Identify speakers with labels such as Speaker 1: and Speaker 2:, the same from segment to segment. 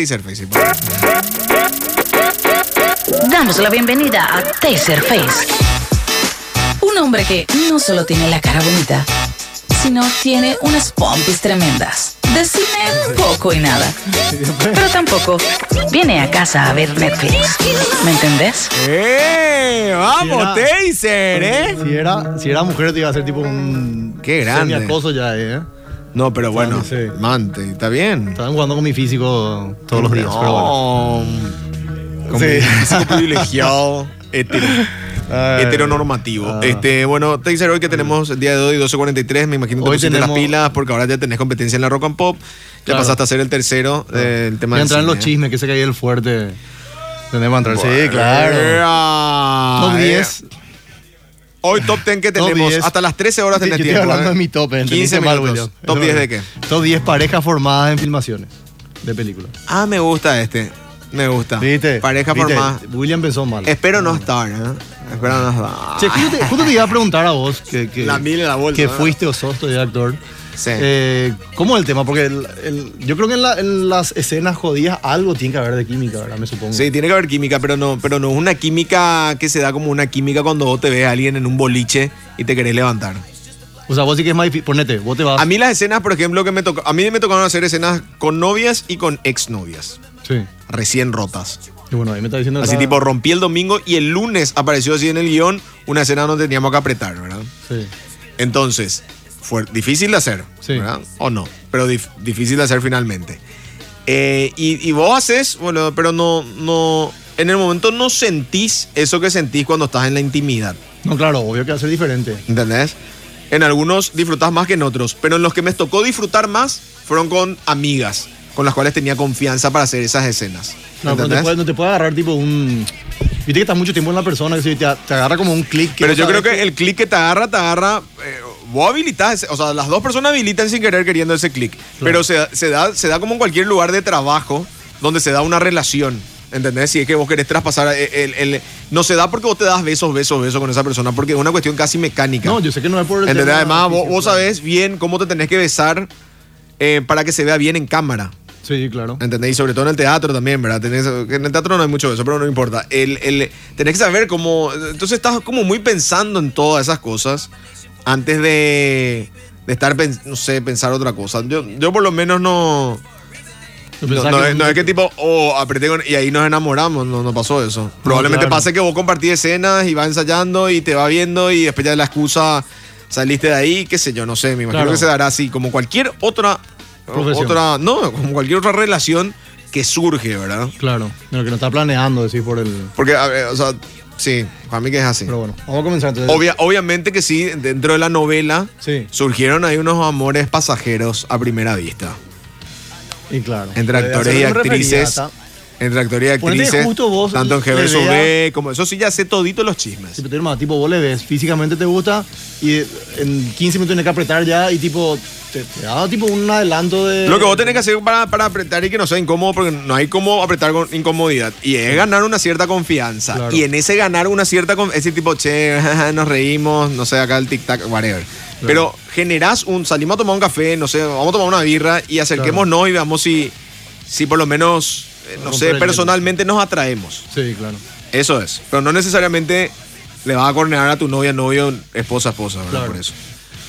Speaker 1: Taserface.
Speaker 2: Damos la bienvenida a Taserface. Un hombre que no solo tiene la cara bonita, sino tiene unas pompis tremendas. De cine poco y nada. Pero tampoco viene a casa a ver Netflix. ¿Me entendés?
Speaker 1: ¡Eh! ¡Vamos,
Speaker 3: Mira.
Speaker 1: Taser, eh!
Speaker 3: Si era, si era mujer, te iba a ser tipo un.
Speaker 1: Qué grande.
Speaker 3: semiacoso ya, eh.
Speaker 1: No, pero bueno,
Speaker 3: Sí.
Speaker 1: mante, está bien.
Speaker 3: Estaban jugando con mi físico todos los días, pero bueno.
Speaker 1: No. Como
Speaker 3: Sí.
Speaker 1: un físico privilegiado, hetero-
Speaker 3: Ay.
Speaker 1: heteronormativo.
Speaker 3: Ah.
Speaker 1: Este, bueno, Taser, hoy que tenemos el día de hoy, 12.43, me imagino que te
Speaker 3: Hoy
Speaker 1: pusiste las
Speaker 3: tenemos-
Speaker 1: pilas porque ahora ya tenés competencia en la rock and pop. Ya
Speaker 3: Claro.
Speaker 1: pasaste a ser el tercero del tema
Speaker 3: Voy
Speaker 1: del
Speaker 3: a entrar en los
Speaker 1: cine.
Speaker 3: chismes, que se caía el fuerte. Tenemos a entrar.
Speaker 1: Top
Speaker 3: Top 10.
Speaker 1: Hoy top 10 que
Speaker 3: Top
Speaker 1: tenemos
Speaker 3: 10.
Speaker 1: hasta las 13 horas
Speaker 3: Sí,
Speaker 1: tenés
Speaker 3: yo
Speaker 1: tiempo.
Speaker 3: Estoy hablando
Speaker 1: ¿eh?
Speaker 3: de mi top, eh,
Speaker 1: 15
Speaker 3: entendiste mal,
Speaker 1: minutos.
Speaker 3: William.
Speaker 1: Top
Speaker 3: Pero
Speaker 1: 10 de qué?
Speaker 3: bueno. Top 10 parejas formadas en filmaciones de películas.
Speaker 1: Ah, me gusta este. Me gusta.
Speaker 3: ¿Viste?
Speaker 1: Pareja
Speaker 3: ¿Viste?
Speaker 1: formada.
Speaker 3: William pensó mal.
Speaker 1: Espero no estar, ¿eh? Espero no estar.
Speaker 3: Che, justo te, justo te iba a preguntar a vos que, que-
Speaker 1: La mil en la bolsa,
Speaker 3: que
Speaker 1: ¿verdad?
Speaker 3: fuiste o sos todavía actor.
Speaker 1: Sí.
Speaker 3: Eh, ¿Cómo es el tema? Porque el- el- yo creo que en, la- en las escenas jodidas algo tiene que haber de química, ¿verdad? Me supongo.
Speaker 1: Sí, tiene que haber química, pero no, pero no es una química que se da como una química cuando vos te ves a alguien en un boliche y te querés levantar.
Speaker 3: O sea, vos sí que es más difícil. Ponete, vos te vas.
Speaker 1: A mí las escenas, por ejemplo, que me tocó, a mí me tocaron hacer escenas con novias y con exnovias,
Speaker 3: Sí.
Speaker 1: recién rotas.
Speaker 3: Y bueno, ahí me está diciendo.
Speaker 1: Así
Speaker 3: acá-
Speaker 1: tipo, rompí el domingo y el lunes apareció así en el guión una escena donde teníamos que apretar, ¿verdad?
Speaker 3: Sí.
Speaker 1: Entonces, fue difícil de hacer,
Speaker 3: Sí.
Speaker 1: ¿verdad? O no, pero dif- difícil de hacer finalmente. Eh, y, y vos haces, bueno, pero no, no, en el momento no sentís eso que sentís cuando estás en la intimidad,
Speaker 3: No, claro, obvio que va a ser diferente.
Speaker 1: ¿entendés? En algunos disfrutás más que en otros, pero en los que me tocó disfrutar más fueron con amigas, con las cuales tenía confianza para hacer esas escenas.
Speaker 3: No, no te,
Speaker 1: ¿entendés?
Speaker 3: puede, no te puede agarrar tipo un. Viste que estás mucho tiempo en la persona, que si te, te agarra como un clic.
Speaker 1: Pero yo creo que el clic que te agarra, te agarra. eh, vos habilitas, o sea, las dos personas habilitan sin querer queriendo ese clic. Pero se, se da, se da como en cualquier lugar de trabajo donde se da una relación. ¿Entendés? Si es que vos querés traspasar. eh, El, el- el- no se da porque vos te das besos, besos, besos con esa persona, porque es una cuestión casi mecánica.
Speaker 3: No, yo sé que no es por el
Speaker 1: ¿Entendés?
Speaker 3: tema
Speaker 1: Además, vos,
Speaker 3: físico,
Speaker 1: vos
Speaker 3: claro.
Speaker 1: sabés bien cómo te tenés que besar eh, para que se vea bien en cámara.
Speaker 3: Sí, claro.
Speaker 1: ¿Entendés? Y sobre todo en el teatro también, ¿verdad? Tenés- en el teatro no hay mucho de eso, pero no importa. El, el- tenés que saber cómo... Entonces estás como muy pensando en todas esas cosas antes de, de estar, pens- no sé, pensar otra cosa. Yo, yo por lo menos no...
Speaker 3: Yo
Speaker 1: No,
Speaker 3: pensaba
Speaker 1: no es,
Speaker 3: Pues, que-
Speaker 1: no es que tipo, oh, apreté con- y ahí nos enamoramos, no, no pasó eso. Probablemente
Speaker 3: claro.
Speaker 1: pase que vos compartís escenas y vas ensayando y te va viendo y después ya la excusa saliste de ahí, qué sé yo, no sé, me imagino
Speaker 3: Claro.
Speaker 1: que se dará así, como cualquier otra,
Speaker 3: Profesión.
Speaker 1: otra, no, como cualquier otra relación que surge, ¿verdad?
Speaker 3: Claro, no, que no está planeando, decir por el.
Speaker 1: Porque, a ver, o sea, sí, para mí que es así.
Speaker 3: Pero bueno, vamos a comenzar entonces.
Speaker 1: Obvia- obviamente que sí, dentro de la novela
Speaker 3: Sí.
Speaker 1: surgieron ahí unos amores pasajeros a primera vista.
Speaker 3: Y claro.
Speaker 1: Entre
Speaker 3: Eh,
Speaker 1: actores y
Speaker 3: a eso me refería,
Speaker 1: actrices.
Speaker 3: ta-
Speaker 1: Entre actores y
Speaker 3: Ponete
Speaker 1: actrices.
Speaker 3: justo vos
Speaker 1: tanto en
Speaker 3: le
Speaker 1: G
Speaker 3: veas-
Speaker 1: B, como eso sí ya sé todito los chismes.
Speaker 3: Sí, pero hermano, tipo, vos le ves, físicamente te gusta y eh, en 15 minutos tienes que apretar ya y tipo, te, te da tipo un adelanto de.
Speaker 1: Lo que vos tenés que hacer para, para apretar y que no sea incómodo, porque no hay cómo apretar con incomodidad. Y es ganar una cierta confianza.
Speaker 3: Claro.
Speaker 1: Y en ese ganar una cierta confianza, ese tipo, che, nos reímos, no sé, acá el tic-tac, whatever. Pero generás un, salimos a tomar un café, no sé, vamos a tomar una birra y acerquémonos y veamos si, si por lo menos, eh, no
Speaker 3: Romper
Speaker 1: sé,
Speaker 3: el hielo.
Speaker 1: personalmente nos atraemos.
Speaker 3: Sí, claro.
Speaker 1: Eso es. Pero no necesariamente le vas a cornear a tu novia, novio, esposa, esposa, ¿verdad?
Speaker 3: Claro.
Speaker 1: Por eso.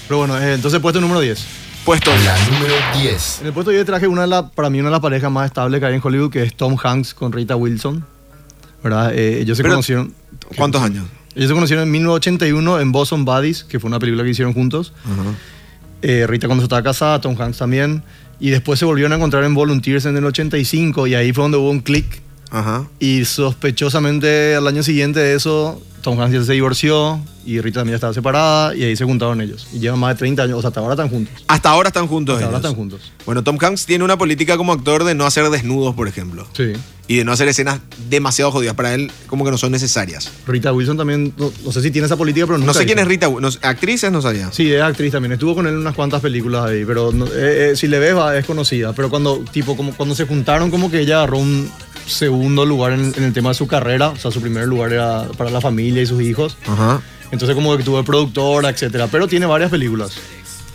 Speaker 3: Pero bueno, eh, entonces puesto número 10.
Speaker 1: Puesto
Speaker 4: La número 10.
Speaker 3: En el puesto 10 traje una de la, para mí una de las parejas más estables que hay en Hollywood, que es Tom Hanks con Rita Wilson. ¿Verdad? Eh, ellos se
Speaker 1: Pero-
Speaker 3: conocieron.
Speaker 1: ¿Cuántos años?
Speaker 3: Ellos se conocieron en 1981 en Boson Buddies, que fue una película que hicieron juntos. Eh, Rita cuando se estaba casada, Tom Hanks también. Y después se volvieron a encontrar en Volunteers en el 85 y ahí fue donde hubo un click.
Speaker 1: Ajá.
Speaker 3: Y sospechosamente al año siguiente de eso, Tom Hanks ya se divorció y Rita también ya estaba separada y ahí se juntaron ellos. Y llevan más de 30 años, o sea, hasta ahora están juntos.
Speaker 1: Hasta ahora están juntos.
Speaker 3: Hasta ahora
Speaker 1: ellos.
Speaker 3: están juntos.
Speaker 1: Bueno, Tom Hanks tiene una política como actor de no hacer desnudos, por ejemplo.
Speaker 3: Sí.
Speaker 1: Y de no hacer escenas demasiado jodidas. Para él, como que no son necesarias.
Speaker 3: Rita Wilson también, no, no sé si tiene esa política, pero
Speaker 1: No
Speaker 3: nunca
Speaker 1: sé quién
Speaker 3: hizo.
Speaker 1: es Rita. Wi- No, sé- actrices no sabía.
Speaker 3: Sí, es actriz también. Estuvo con él en unas cuantas películas ahí, pero no- eh, eh, si le ves va, es conocida. Pero cuando, tipo, como cuando se juntaron, como que ella agarró un segundo lugar en, en el tema de su carrera. O sea, su primer lugar era para la familia y sus hijos.
Speaker 1: Ajá.
Speaker 3: Entonces como que tuvo de productora, etcétera. Pero tiene varias películas.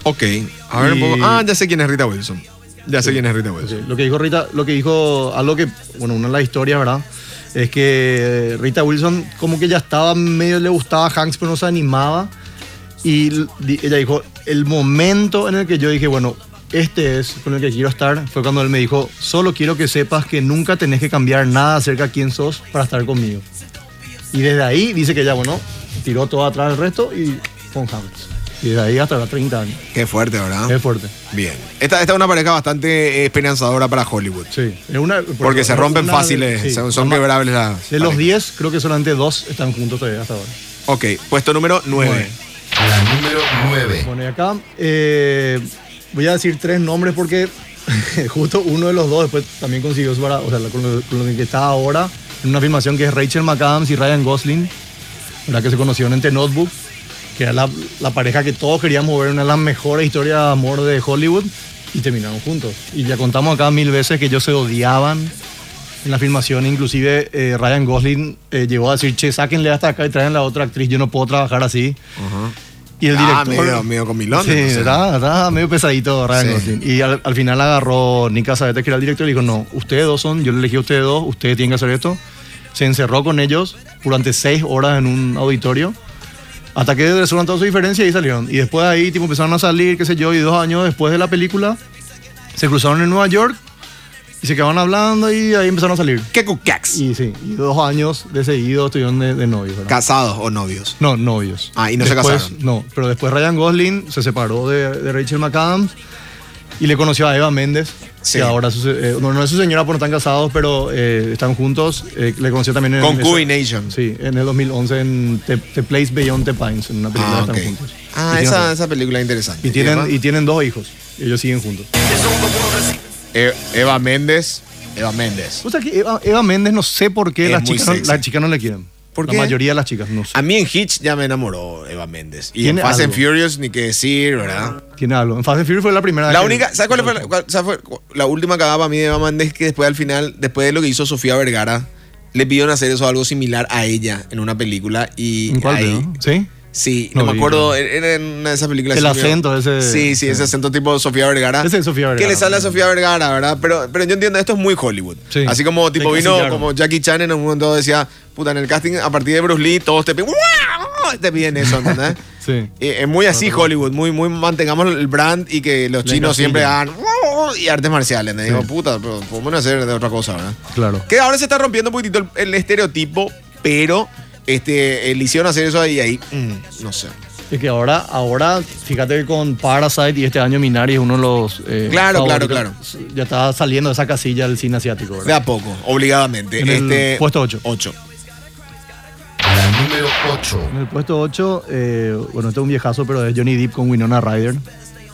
Speaker 1: Ok. A ver un
Speaker 3: Y-
Speaker 1: poco. Ah, ya sé quién es Rita Wilson. Ya sé quién es Rita Wilson.
Speaker 3: Sí, Lo que dijo Rita, lo que dijo, algo que, bueno, una de las historias, ¿verdad? Es que eh, Rita Wilson como que ya estaba medio, le gustaba a Hanks, pero no se animaba. Y l- di- ella dijo, el momento en el que yo dije, bueno, este es con el que quiero estar, fue cuando él me dijo, solo quiero que sepas que nunca tenés que cambiar nada acerca de quién sos para estar conmigo. Y desde ahí dice que ya, bueno, tiró todo atrás el resto y con Hanks. Y desde ahí hasta los 30 años.
Speaker 1: Qué fuerte, ¿verdad?
Speaker 3: Es fuerte.
Speaker 1: Bien. Esta, esta es una pareja bastante esperanzadora para Hollywood.
Speaker 3: Sí. Es una-
Speaker 1: Porque se
Speaker 3: es
Speaker 1: rompen
Speaker 3: una-
Speaker 1: fáciles,
Speaker 3: sí.
Speaker 1: son, son
Speaker 3: Ama-
Speaker 1: quebrables las.
Speaker 3: De los
Speaker 1: parejas.
Speaker 3: 10, creo que solamente 2 están juntos todavía hasta ahora.
Speaker 1: Ok, puesto número 9.
Speaker 3: Nueve.
Speaker 4: La número 9.
Speaker 3: Bueno, y acá eh, voy a decir tres nombres porque justo uno de los dos después también consiguió su vara- o sea, la- con lo, con lo que está ahora, en una filmación que es Rachel McAdams y Ryan Gosling, ¿verdad? que se conocieron en The Notebook, que era la, la pareja que todos queríamos ver, una de las mejores historias de amor de Hollywood, y terminaron juntos. Y ya contamos acá mil veces que ellos se odiaban. En la filmación, inclusive eh, Ryan Gosling eh, llegó a decir, che, sáquenle hasta acá y traen la otra actriz, yo no puedo trabajar así. Y el
Speaker 1: Ah,
Speaker 3: director...
Speaker 1: medio- medio comilón,
Speaker 3: Sí,
Speaker 1: entonces.
Speaker 3: está, está Ah, medio pesadito Ryan
Speaker 1: Sí.
Speaker 3: Gosling. Y al, al final agarró Nick Cassavetes, que era el director, y dijo, no, ustedes dos son, yo le elegí a ustedes dos, ustedes tienen que hacer esto. Se encerró con ellos durante seis horas en un auditorio hasta que resuelvan todas sus diferencias y salieron. Y después de ahí, tipo, empezaron a salir, qué sé yo, y dos años después de la película, se cruzaron en Nueva York y se quedaban hablando y ahí empezaron a salir.
Speaker 1: ¿Qué cucax?
Speaker 3: Y sí, y dos años de seguido estuvieron de, de novios. ¿verdad?
Speaker 1: ¿Casados o novios?
Speaker 3: No, novios.
Speaker 1: Ah, y no se
Speaker 3: Después-
Speaker 1: casaron.
Speaker 3: No, pero después Ryan Gosling se separó de, de Rachel McAdams y le conoció a Eva Méndez.
Speaker 1: Sí.
Speaker 3: Que ahora su- eh, no, no es su señora porque no están casados, pero eh, están juntos. Eh, le conoció también en.
Speaker 1: Con eh. Nation.
Speaker 3: Sí, en el 2011 en The, The Place Beyond the Pines, en una película
Speaker 1: Ah,
Speaker 3: que
Speaker 1: ok.
Speaker 3: están juntos.
Speaker 1: Ah,
Speaker 3: Y tienen-
Speaker 1: esa, esa película es interesante.
Speaker 3: Y tienen, y
Speaker 1: Eva,
Speaker 3: tienen dos hijos. Ellos siguen juntos.
Speaker 1: E- Eva Méndez. Eva Méndez.
Speaker 3: O sea que Eva, Eva Méndez, no sé por qué
Speaker 1: Es
Speaker 3: las
Speaker 1: muy
Speaker 3: chicas, no,
Speaker 1: sexy.
Speaker 3: las chicas no le quieren.
Speaker 1: ¿Por
Speaker 3: la
Speaker 1: qué? Ah.
Speaker 3: mayoría de las chicas, no sé.
Speaker 1: A mí en Hitch ya me enamoró Eva Méndez. Y en
Speaker 3: Tiene
Speaker 1: Fast and
Speaker 3: algo.
Speaker 1: Furious ni que decir, ¿verdad?
Speaker 3: Tiene algo. En Fast and Furious fue la primera
Speaker 1: La
Speaker 3: que-
Speaker 1: única, ¿sabes cuál fue, la- cuál- sabes cuál- la última que daba para mí de Eva Méndez? Que después al final, después de lo que hizo Sofía Vergara, le pidieron hacer eso algo similar a ella en una película y
Speaker 3: ¿En cuál
Speaker 1: ahí-
Speaker 3: veo? ¿Sí?
Speaker 1: Sí, no,
Speaker 3: No
Speaker 1: me
Speaker 3: vi,
Speaker 1: acuerdo, e-,
Speaker 3: no.
Speaker 1: era en una de esas películas.
Speaker 3: El
Speaker 1: sí,
Speaker 3: acento
Speaker 1: me-
Speaker 3: ese-
Speaker 1: Sí, sí, ese
Speaker 3: sí.
Speaker 1: acento tipo Sofía Vergara.
Speaker 3: Ese es Sofía
Speaker 1: Que
Speaker 3: Vergara,
Speaker 1: le sale a
Speaker 3: sí.
Speaker 1: Sofía Vergara, ¿verdad? Pero, pero yo entiendo, esto es muy Hollywood.
Speaker 3: Sí.
Speaker 1: Así como tipo
Speaker 3: Le
Speaker 1: vino,
Speaker 3: encasillaron.
Speaker 1: como Jackie Chan en un momento decía, puta, en el casting a partir de Bruce Lee todos te piden, ¡guau! te piden eso, ¿entendés?
Speaker 3: Sí.
Speaker 1: Y es muy así Hollywood, muy, muy mantengamos el brand y que los
Speaker 3: Le
Speaker 1: chinos siempre
Speaker 3: encasillan.
Speaker 1: hagan "Guau", y artes marciales. Me digo, puta, pero podemos hacer de otra cosa, ¿verdad?
Speaker 3: Claro.
Speaker 1: Que ahora se está rompiendo un poquitito el, el estereotipo, pero este, eh, le hicieron hacer eso ahí, ahí mm, no sé.
Speaker 3: Es que ahora, ahora, fíjate que con Parasite y este año Minari es uno de los. eh,
Speaker 1: Claro, claro,
Speaker 3: Ya está saliendo de esa casilla del cine asiático,
Speaker 1: De
Speaker 3: ¿verdad?
Speaker 1: a poco, obligadamente.
Speaker 3: En el
Speaker 1: este,
Speaker 3: puesto ocho.
Speaker 1: 8.
Speaker 4: La número 8.
Speaker 3: En el puesto 8, bueno, este es un viejazo, pero es Johnny Depp con Winona Ryder,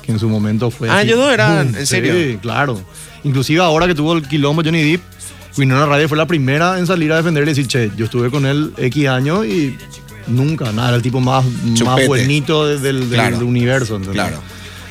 Speaker 3: que en su momento fue.
Speaker 1: Ah,
Speaker 3: así,
Speaker 1: ellos dos eran,
Speaker 3: ¡boom!
Speaker 1: ¿en serio?
Speaker 3: Sí, claro. Inclusive ahora que tuvo el quilombo Johnny Depp, Winona Ryder fue la primera en salir a defenderle y decir, che, yo estuve con él X años y nunca, nada, era el tipo más, más
Speaker 1: Chupete.
Speaker 3: buenito del, del-
Speaker 1: Claro.
Speaker 3: del universo, ¿entendés?
Speaker 1: Claro.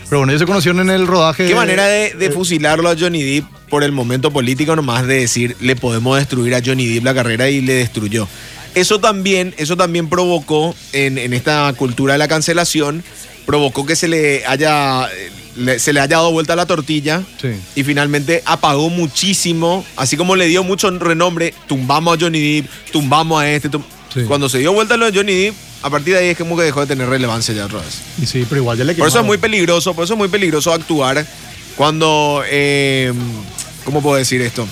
Speaker 3: Pero bueno, ellos se conocieron en el rodaje.
Speaker 1: Qué manera de,
Speaker 3: eh.
Speaker 1: de fusilarlo a Johnny Depp por el momento político nomás de decir le podemos destruir a Johnny Depp la carrera y le destruyó. Eso también, eso también provocó en, en esta cultura de la cancelación, provocó que se le haya eh, le- se le haya dado vuelta la tortilla
Speaker 3: Sí.
Speaker 1: y finalmente apagó muchísimo, así como le dio mucho renombre, tumbamos a Johnny Depp, tumbamos a este. tum-
Speaker 3: Sí.
Speaker 1: Cuando se dio vuelta lo de Johnny Depp, a partir de ahí es como que dejó de tener relevancia ya otra vez.
Speaker 3: Y sí, pero igual ya le
Speaker 1: Por eso es
Speaker 3: quemaron.
Speaker 1: muy peligroso, por eso es muy peligroso actuar cuando, eh, ¿cómo puedo decir esto?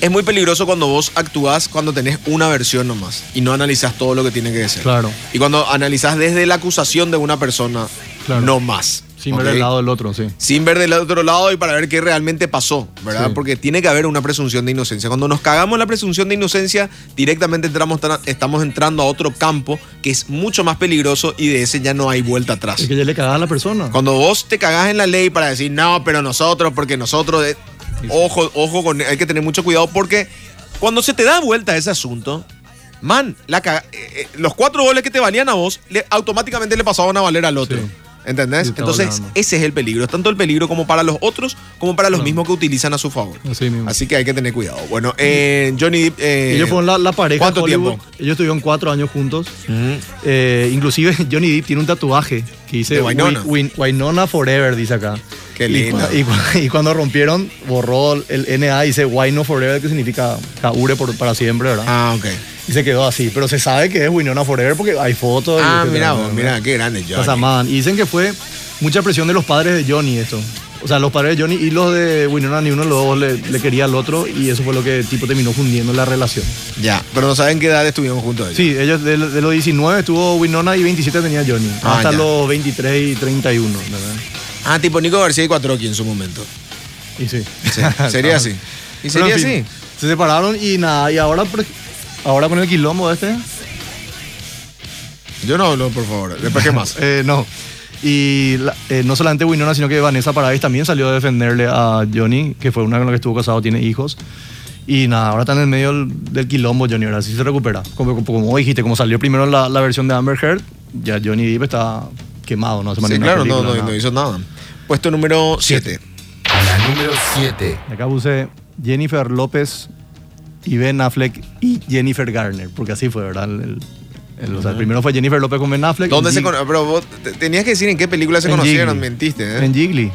Speaker 1: Es muy peligroso cuando vos actúas cuando tenés una versión nomás y no analizás todo lo que tiene que ser.
Speaker 3: Claro.
Speaker 1: Y cuando analizás desde la acusación de una persona,
Speaker 3: Claro.
Speaker 1: no más.
Speaker 3: Sin
Speaker 1: ¿ok?
Speaker 3: ver el lado del otro, sí.
Speaker 1: Sin ver del otro lado y para ver qué realmente pasó, ¿verdad?
Speaker 3: Sí.
Speaker 1: Porque tiene que haber una presunción de inocencia. Cuando nos cagamos la presunción de inocencia, directamente entramos, tra- estamos entrando a otro campo que es mucho más peligroso y de ese ya no hay vuelta atrás.
Speaker 3: Es que ya le cagaba a la persona.
Speaker 1: Cuando vos te cagás en la ley para decir, no, pero nosotros, porque nosotros, eh, ojo, ojo, con, hay que tener mucho cuidado porque cuando se te da vuelta ese asunto, man, la caga- eh, eh, los cuatro goles que te valían a vos, le- automáticamente le pasaban a valer al otro.
Speaker 3: Sí.
Speaker 1: ¿Entendés?
Speaker 3: Sí, está
Speaker 1: Entonces,
Speaker 3: volando.
Speaker 1: ese es el peligro. Es tanto el peligro como para los otros, como para los mismos que utilizan a su favor.
Speaker 3: Así mismo.
Speaker 1: que hay que tener cuidado. Bueno, eh, Johnny Depp. eh,
Speaker 3: ellos fueron la, la pareja.
Speaker 1: ¿Cuánto
Speaker 3: en Hollywood.
Speaker 1: tiempo? Mm.
Speaker 3: Ellos estuvieron cuatro años juntos.
Speaker 1: Ujú.
Speaker 3: Eh, inclusive Johnny Depp tiene un tatuaje que dice
Speaker 1: De Winona.
Speaker 3: Wi- Win- Winona Forever, dice acá.
Speaker 1: Qué
Speaker 3: Y,
Speaker 1: lindo.
Speaker 3: cu- y cu- y cuando rompieron, borró el NA y dice Wino Forever, que significa Kaure por- para siempre, ¿verdad?
Speaker 1: Ah, ok.
Speaker 3: Y se quedó así. Pero se sabe que es Winona Forever porque hay fotos. y-
Speaker 1: Ah,
Speaker 3: etcétera,
Speaker 1: mira
Speaker 3: ¿no?
Speaker 1: vos, mira, qué grande
Speaker 3: Las
Speaker 1: Johnny.
Speaker 3: amaban. Y dicen que fue mucha presión de los padres de Johnny esto. O sea, los padres de Johnny y los de Winona, ni uno de los dos le, le quería al otro. Y eso fue lo que tipo terminó fundiendo la relación.
Speaker 1: Ya, pero no saben qué edad estuvieron juntos ellos.
Speaker 3: Sí, ellos de, de los 19 estuvo Winona y 27 tenía Johnny.
Speaker 1: Ah,
Speaker 3: hasta
Speaker 1: ya.
Speaker 3: los 23 y 31, ¿verdad?
Speaker 1: Ah, tipo Nico García y Cuatroqui en su momento.
Speaker 3: Y sí.
Speaker 1: Sí, sería así. Y
Speaker 3: Pero,
Speaker 1: sería
Speaker 3: en fin,
Speaker 1: así.
Speaker 3: Se separaron y nada. Y ahora, por- ahora con el quilombo este.
Speaker 1: Yo no hablo, por favor. Después, ¿qué más?
Speaker 3: Eh, no. Y la- eh, no solamente Winona, sino que Vanessa Paradis también salió a defenderle a Johnny, que fue una con la que estuvo casado, tiene hijos. Y nada, ahora está en el medio del, del quilombo Johnny, ahora sí se recupera. Como, como- como dijiste, como salió primero la, la versión de Amber Heard, ya Johnny Depp está quemado, ¿no? Se
Speaker 1: Sí,
Speaker 3: maneja
Speaker 1: claro,
Speaker 3: una
Speaker 1: no, no,
Speaker 3: película,
Speaker 1: no
Speaker 3: nada.
Speaker 1: hizo nada. Puesto número 7.
Speaker 4: La número 7.
Speaker 3: Y Acá puse Jennifer López y Ben Affleck y Jennifer Garner, porque así fue, ¿verdad? El, el- el- o sea, el primero fue Jennifer López con Ben Affleck.
Speaker 1: ¿Dónde
Speaker 3: en
Speaker 1: se
Speaker 3: Gig-
Speaker 1: conocieron? Pero vos te- tenías que decir en qué película se
Speaker 3: en
Speaker 1: conocieron,
Speaker 3: Gigli.
Speaker 1: mentiste, ¿eh?
Speaker 3: En Gigli,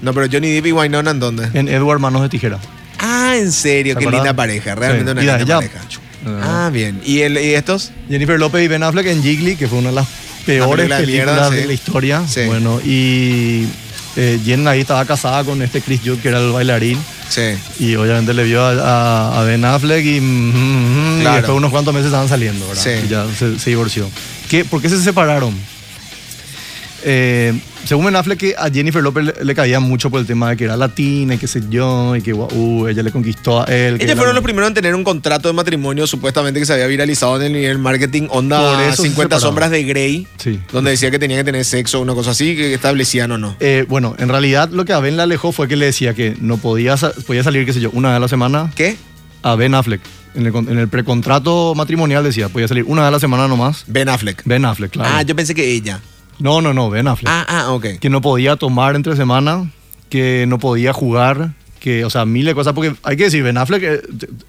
Speaker 1: No, pero Johnny Depp y Wynonna, ¿en dónde?
Speaker 3: en Edward Manos de Tijera.
Speaker 1: Ah, en serio,
Speaker 3: ¿Te
Speaker 1: qué
Speaker 3: acordás?
Speaker 1: linda pareja, realmente
Speaker 3: Sí.
Speaker 1: una
Speaker 3: Y la-
Speaker 1: linda
Speaker 3: ya.
Speaker 1: pareja.
Speaker 3: Ah.
Speaker 1: Ah, bien. ¿Y, el- y estos?
Speaker 3: Jennifer López y Ben Affleck en Gigli, que fue una de las peores
Speaker 1: película de
Speaker 3: películas
Speaker 1: mierda,
Speaker 3: de
Speaker 1: sí.
Speaker 3: la historia.
Speaker 1: Sí.
Speaker 3: Bueno, y eh, Jen ahí estaba casada con este Chris Judd, que era el bailarín.
Speaker 1: Sí.
Speaker 3: Y obviamente le vio a, a- a Ben Affleck y, mm, mm, y
Speaker 1: Claro.
Speaker 3: después de unos cuantos meses estaban saliendo, ¿verdad?
Speaker 1: Sí.
Speaker 3: Y ya se, se divorció. ¿Qué, ¿Por qué se separaron? Eh, según Ben Affleck, que a Jennifer López le, le caía mucho por el tema de que era latina y qué sé yo, y que guau, uh, ella le conquistó a él. que
Speaker 1: Ellos
Speaker 3: la-
Speaker 1: fueron los primeros en tener un contrato de matrimonio supuestamente que se había viralizado en el nivel marketing onda
Speaker 3: Por eso se
Speaker 1: 50
Speaker 3: separaron.
Speaker 1: sombras de Grey,
Speaker 3: Sí.
Speaker 1: donde decía que tenían que tener sexo, una cosa así, que establecían o no.
Speaker 3: Eh, bueno, en realidad lo que a Ben le alejó fue que le decía que no podía, sa- podía salir, qué sé yo, una vez a la semana
Speaker 1: ¿Qué?
Speaker 3: a Ben Affleck. En el, con- en el precontrato matrimonial decía, podía salir una vez a la semana nomás.
Speaker 1: Ben Affleck.
Speaker 3: Ben Affleck, claro.
Speaker 1: Ah, yo pensé que ella.
Speaker 3: No, no, no, Ben Affleck.
Speaker 1: Ah, ah, ok.
Speaker 3: Que no podía tomar entre semana, que no podía jugar, que, o sea, miles de cosas. Porque hay que decir, Ben Affleck eh,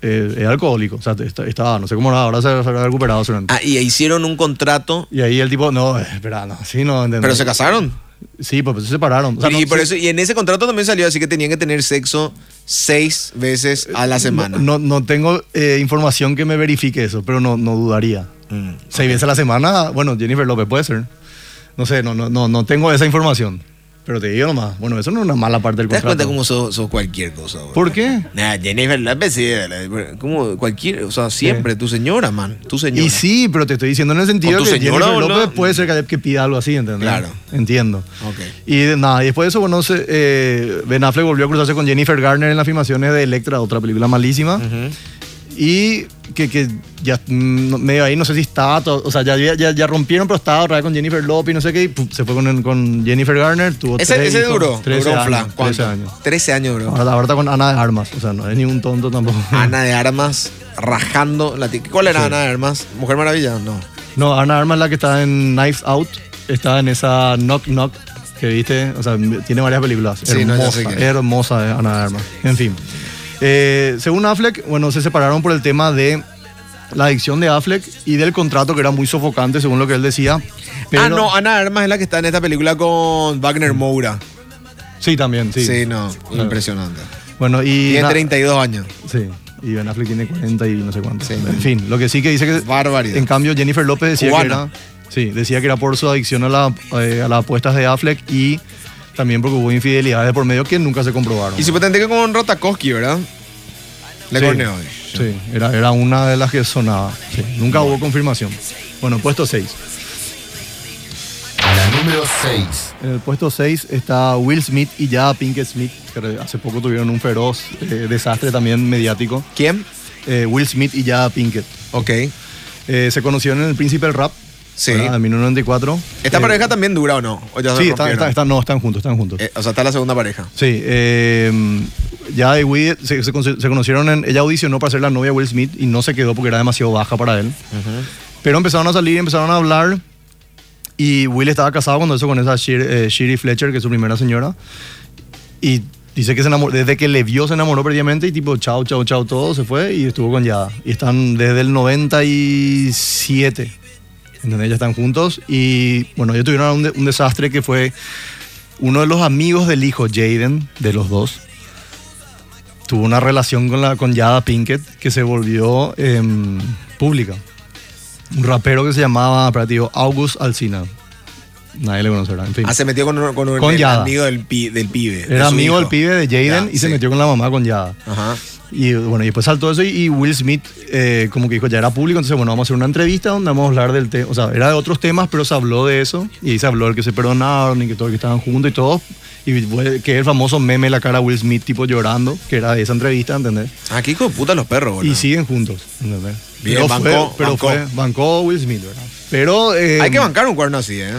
Speaker 3: eh, era alcohólico. O sea, está- estaba, no sé cómo era, ahora se se habrá recuperado. seguramente.
Speaker 1: Ah, y hicieron un contrato,
Speaker 3: Y ahí el tipo, no, eh, espera, no, sí, no, entendés.
Speaker 1: pero se casaron.
Speaker 3: Sí, pues se separaron. O sea,
Speaker 1: y,
Speaker 3: no-
Speaker 1: y por
Speaker 3: se-
Speaker 1: eso, y en ese contrato también salió así que tenían que tener sexo seis veces a la semana.
Speaker 3: Eh, No, no tengo eh, información que me verifique eso, pero no, no dudaría.
Speaker 1: Mm.
Speaker 3: Seis veces a la semana, bueno, Jennifer López puede ser. No sé, no, no, no, no tengo esa información. Pero te digo nomás, bueno, eso no es una mala parte del
Speaker 1: ¿Te das
Speaker 3: contrato.
Speaker 1: cuenta cómo sos, sos cualquier cosa? bro?
Speaker 3: ¿Por qué?
Speaker 1: Nah, Jennifer López, sí, la- como cualquier, o sea, siempre, tu señora, man, tu señora.
Speaker 3: Y sí, pero te estoy diciendo en el sentido
Speaker 1: ¿Con tu
Speaker 3: que
Speaker 1: señora
Speaker 3: Jennifer
Speaker 1: o no?
Speaker 3: López puede ser que, que pida algo así, ¿entendés?
Speaker 1: Claro.
Speaker 3: Entiendo.
Speaker 1: Ok.
Speaker 3: Y de- nada, y después de eso, bueno, se- eh, Ben Affleck volvió a cruzarse con Jennifer Garner en las filmaciones de Electra, otra película malísima. Y que, que ya mm, no- medio ahí, no sé si estaba, to- o sea, ya, ya, ya rompieron, pero estaba otra vez con Jennifer López, no sé qué, y puf, se fue con, con Jennifer Garner, tuvo
Speaker 1: Ese,
Speaker 3: tres
Speaker 1: ese
Speaker 3: hijos,
Speaker 1: duró,
Speaker 3: 13
Speaker 1: duró
Speaker 3: años,
Speaker 1: un flan.
Speaker 3: 13
Speaker 1: ¿Cuánto?
Speaker 3: años.
Speaker 1: 13 años, bro.
Speaker 3: Ahora, ahora está con Ana de Armas, o sea, no es ni un tonto tampoco.
Speaker 1: Ana de Armas rajando la tic- ¿Cuál era Ana de Armas? ¿Mujer Maravilla? No. Ah,
Speaker 3: No, Ana Armas la que está en Knives Out, está en esa Knock Knock que viste, o sea, tiene varias películas.
Speaker 1: Sí, no, ya
Speaker 3: hermosa,
Speaker 1: sé quién es.
Speaker 3: hermosa eh, Ana Armas. En fin. Eh, según Affleck, bueno, se separaron por el tema de la adicción de Affleck y del contrato que era muy sofocante, según lo que él decía. Pero,
Speaker 1: ah, no, Ana de Armas es la que está en esta película con Wagner Moura.
Speaker 3: Sí, también, sí.
Speaker 1: Sí, no, impresionante.
Speaker 3: Bueno, y.
Speaker 1: Tiene
Speaker 3: na-
Speaker 1: 32 años.
Speaker 3: Sí. Y Ben Affleck tiene 40 y no sé cuánto.
Speaker 1: Sí.
Speaker 3: en fin, lo que sí que dice que.
Speaker 1: Barbaridad.
Speaker 3: En cambio, Jennifer López decía
Speaker 1: Cubana.
Speaker 3: que era. Sí, decía que era por su adicción a, la- eh, a las apuestas de Affleck y también porque hubo infidelidades de por medio que nunca se comprobaron.
Speaker 1: Y supuestamente que con Rotakowski, ¿verdad? Le
Speaker 3: Sí.
Speaker 1: corneó.
Speaker 3: Sí, era, era una de las que sonaba. Sí, nunca hubo confirmación. Bueno, puesto 6.
Speaker 4: La número 6.
Speaker 3: En el puesto 6 está Will Smith y ya Pinkett Smith, que hace poco tuvieron un feroz eh, desastre también mediático.
Speaker 1: ¿Quién?
Speaker 3: Eh, Will Smith y ya Pinkett.
Speaker 1: Ok.
Speaker 3: Eh, se conocieron en El Príncipe del Rap.
Speaker 1: Sí.
Speaker 3: ¿verdad? En 1994.
Speaker 1: ¿Esta
Speaker 3: Eh,
Speaker 1: pareja también dura o no? ¿O ya se
Speaker 3: Sí, están,
Speaker 1: rompieron?
Speaker 3: están- están- no, están juntos, están juntos.
Speaker 1: Eh, o sea, está la segunda pareja.
Speaker 3: Sí, eh, ya de Will- se, se con- se conocieron, en, ella audicionó para ser la novia de Will Smith y no se quedó porque era demasiado baja para él. Pero empezaron a salir, empezaron a hablar y Will estaba casado cuando eso con esa Shir- eh, Shiri Fletcher, que es su primera señora. Y dice que se enamoró, desde que le vio se enamoró perdidamente y tipo chao, chao, chao, todo se fue y estuvo con Yada. Y están desde el 97. ¿Entendés? Ya están juntos y bueno, ellos tuvieron un, de- un desastre que fue uno de los amigos del hijo, Jaden, de los dos, tuvo una relación con, la, con Yada Pinkett que se volvió em, pública. Un rapero que se llamaba, para ti, August Alsina. Nadie le conocerá, en fin.
Speaker 1: Ah, se metió con, un- con un
Speaker 3: Con
Speaker 1: el
Speaker 3: Yada.
Speaker 1: amigo del, pi- del pibe. de
Speaker 3: Era
Speaker 1: su
Speaker 3: amigo
Speaker 1: hijo.
Speaker 3: del pibe de Jaden
Speaker 1: Ya,
Speaker 3: y se
Speaker 1: sí.
Speaker 3: metió con la mamá con Yada.
Speaker 1: Ajá.
Speaker 3: Y bueno, y después saltó eso y, y Will Smith eh, como que dijo, ya era público, entonces bueno, vamos a hacer una entrevista donde vamos a hablar del tema, o sea, era de otros temas, pero se habló de eso, y ahí se habló del que se perdonaron y que todos que estaban juntos y todo, y fue- que el famoso meme de la cara de Will Smith tipo llorando, que era de esa entrevista, ¿entendés?
Speaker 1: Ah, qué hijo de puta los perros, boludo.
Speaker 3: Y siguen juntos, ¿entendés?
Speaker 1: Bien,
Speaker 3: pero
Speaker 1: bancó,
Speaker 3: fue, pero
Speaker 1: bancó.
Speaker 3: fue- bancó Will Smith, ¿verdad? Pero... eh,
Speaker 1: Hay que bancar un cuerno así, ¿eh?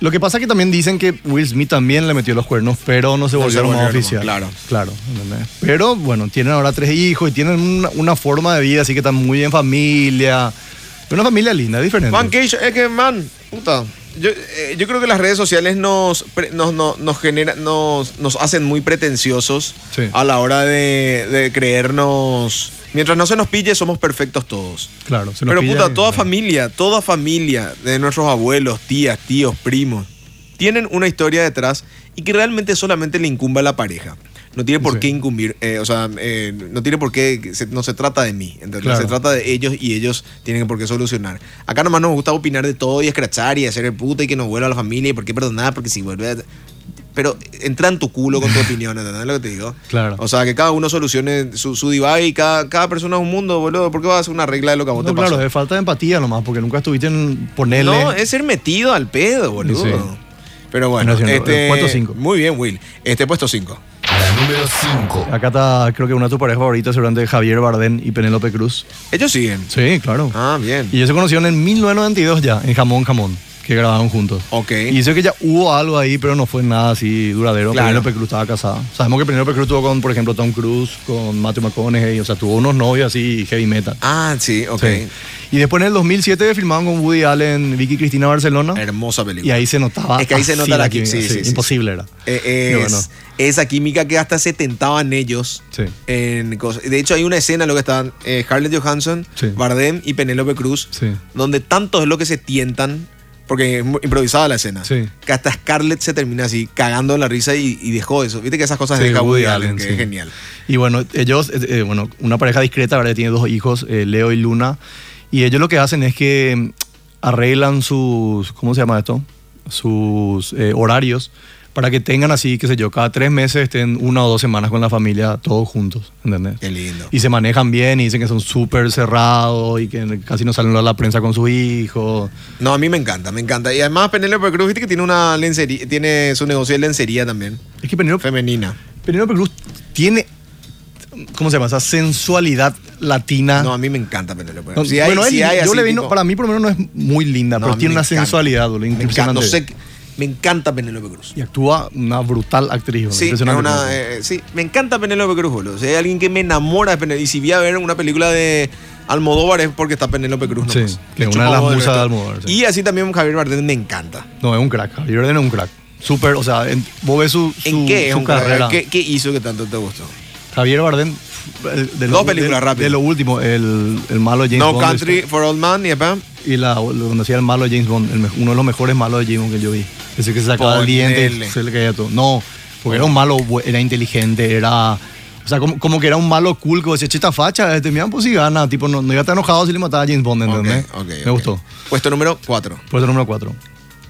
Speaker 3: Lo que pasa es que también dicen que Will Smith también le metió los cuernos, pero no se
Speaker 1: No
Speaker 3: volvió
Speaker 1: se
Speaker 3: lo más
Speaker 1: volvió,
Speaker 3: oficial.
Speaker 1: claro.
Speaker 3: Claro. ¿entendés? Pero bueno, tienen ahora tres hijos y tienen una, una forma de vida, así que están muy en familia. Una familia linda, diferente.
Speaker 1: Man, que es que, man, puta. Yo, eh, yo creo que las redes sociales nos, pre- nos, no- nos, genera- nos, nos hacen muy pretenciosos
Speaker 3: Sí.
Speaker 1: a la hora de, de creernos. Mientras no se nos pille, somos perfectos todos.
Speaker 3: Claro. se nos
Speaker 1: Pero
Speaker 3: pilla
Speaker 1: puta,
Speaker 3: y-
Speaker 1: toda familia, toda familia de nuestros abuelos, tías, tíos, primos, tienen una historia detrás y que realmente solamente le incumbe a la pareja. No tiene por
Speaker 3: Sí.
Speaker 1: qué incumbir, eh, o sea, eh, no tiene por qué, se- no se trata de mí, ¿entendés?
Speaker 3: Claro.
Speaker 1: Se trata de ellos y ellos tienen por qué solucionar. Acá nomás nos gusta opinar de todo y escrachar y hacer el puta y que nos vuelva a la familia y por qué perdonar, porque si vuelve... a- Pero entra en tu culo con tu opinión, ¿entendés lo que te digo?
Speaker 3: Claro.
Speaker 1: O sea, que cada uno solucione su, su divide y cada, cada persona es un mundo, boludo. ¿Por qué vas a hacer una regla de lo que a vos
Speaker 3: No,
Speaker 1: te
Speaker 3: claro,
Speaker 1: pasó?
Speaker 3: es falta de empatía nomás, porque nunca estuviste en ponerle.
Speaker 1: No, es ser metido al pedo, boludo.
Speaker 3: Sí.
Speaker 1: Pero bueno,
Speaker 3: Bueno, sí,
Speaker 1: este,
Speaker 3: puesto cinco.
Speaker 1: Muy bien, Will. Este puesto 5.
Speaker 4: La número 5.
Speaker 3: Acá está, creo que una de tus parejas favoritas, seguramente Javier Bardem y Penélope Cruz.
Speaker 1: Ellos siguen.
Speaker 3: Sí, claro.
Speaker 1: Ah, bien.
Speaker 3: Y ellos se conocieron en 1992 ya, en Jamón Jamón, que grabaron juntos.
Speaker 1: Ok.
Speaker 3: Y sé que ya hubo algo ahí, pero no fue nada así duradero.
Speaker 1: Claro.
Speaker 3: Penélope Cruz estaba casada. Sabemos que Penélope Cruz estuvo con, por ejemplo, Tom Cruise, con Matthew McConaughey, o sea, tuvo unos novios así heavy metal.
Speaker 1: Ah, sí, ok.
Speaker 3: Sí. Y después en el 2007 filmaron con Woody Allen, Vicky Cristina Barcelona.
Speaker 1: Hermosa película.
Speaker 3: Y ahí se notaba.
Speaker 1: Es que ahí se
Speaker 3: así
Speaker 1: nota la química. Sí, sí, sí.
Speaker 3: Imposible era.
Speaker 1: Eh,
Speaker 3: Pero
Speaker 1: es-
Speaker 3: bueno.
Speaker 1: Esa química que hasta se tentaban ellos.
Speaker 3: Sí.
Speaker 1: En cosas. De hecho, hay una escena en lo que están eh, Scarlett Johansson,
Speaker 3: Sí.
Speaker 1: Bardem y Penélope Cruz,
Speaker 3: Sí.
Speaker 1: donde tanto es lo que se tientan, porque es muy improvisada la escena,
Speaker 3: Sí.
Speaker 1: que hasta Scarlett se termina así cagando la risa y, y dejó eso. Viste que esas cosas
Speaker 3: Sí,
Speaker 1: deja Woody
Speaker 3: Woody
Speaker 1: Allen,
Speaker 3: Allen,
Speaker 1: que
Speaker 3: sí.
Speaker 1: es genial.
Speaker 3: Y bueno, ellos, eh, eh, bueno, una pareja discreta, ¿verdad? Tiene dos hijos, eh, Leo y Luna. Y ellos lo que hacen es que mm, arreglan sus, ¿cómo se llama esto? Sus eh, horarios para que tengan así, qué sé yo, cada tres meses estén una o dos semanas con la familia todos juntos, ¿entendés?
Speaker 1: Qué lindo.
Speaker 3: Y se manejan bien y dicen que son súper cerrados y que casi no salen a la prensa con sus hijos.
Speaker 1: No, a mí me encanta, me encanta. Y además Penélope Cruz, viste que tiene una lencería, tiene su negocio de lencería también,
Speaker 3: Es que Penélope,
Speaker 1: femenina.
Speaker 3: Penélope Cruz tiene, ¿cómo se llama? Esa sensualidad latina.
Speaker 1: No, a mí me encanta Penélope.
Speaker 3: Ah. No,
Speaker 1: Si hay-
Speaker 3: bueno, es
Speaker 1: si
Speaker 3: li-
Speaker 1: hay
Speaker 3: yo
Speaker 1: así,
Speaker 3: le vi, no,
Speaker 1: tipo-
Speaker 3: para mí por lo menos no es muy linda,
Speaker 1: No, a
Speaker 3: pero
Speaker 1: mí
Speaker 3: tiene
Speaker 1: me
Speaker 3: una
Speaker 1: encanta.
Speaker 3: sensualidad, lo
Speaker 1: Me encanta,
Speaker 3: impresionante.
Speaker 1: no sé qué- me encanta Penélope Cruz.
Speaker 3: Y actúa una brutal actriz, boludo,
Speaker 1: Sí, es
Speaker 3: impresionante.
Speaker 1: una, eh, sí, me encanta Penélope Cruz, boludo. Si hay alguien que me enamora de Penélope, y si voy a ver una película de Almodóvar es porque está Penélope Cruz.
Speaker 3: Sí,
Speaker 1: nomás.
Speaker 3: que
Speaker 1: Me
Speaker 3: una
Speaker 1: chupa
Speaker 3: de las
Speaker 1: huevo el
Speaker 3: musas de
Speaker 1: resto.
Speaker 3: Almodóvar, sí.
Speaker 1: Y así también Javier Bardem me encanta.
Speaker 3: no, es un crack, Javier Bardem es un crack. Súper, o sea, en- vos ves su, su,
Speaker 1: ¿En qué es
Speaker 3: su
Speaker 1: un
Speaker 3: carrera.
Speaker 1: crack? ¿Qué, qué hizo que tanto te gustó?
Speaker 3: Javier Bardem, el- de
Speaker 1: Dos películas,
Speaker 3: de-
Speaker 1: rápido.
Speaker 3: De lo último, el, el malo de James
Speaker 1: no
Speaker 3: Bond.
Speaker 1: Country for Old Man y Pam.
Speaker 3: Y la, donde hacía el malo de James Bond, el me- uno de los mejores malos de James Bond que yo vi. Ese que se sacaba el diente, y
Speaker 1: Ponele.
Speaker 3: se le caía todo. No, porque era un malo, bu- era inteligente, era. O sea, como, como que era un malo cool, que decía, chita facha, este miran, pues sí gana. Tipo, no, no iba a estar enojado si le mataba a James Bond, ¿entendés? Me gustó.
Speaker 1: Puesto número 4.
Speaker 3: Puesto número 4.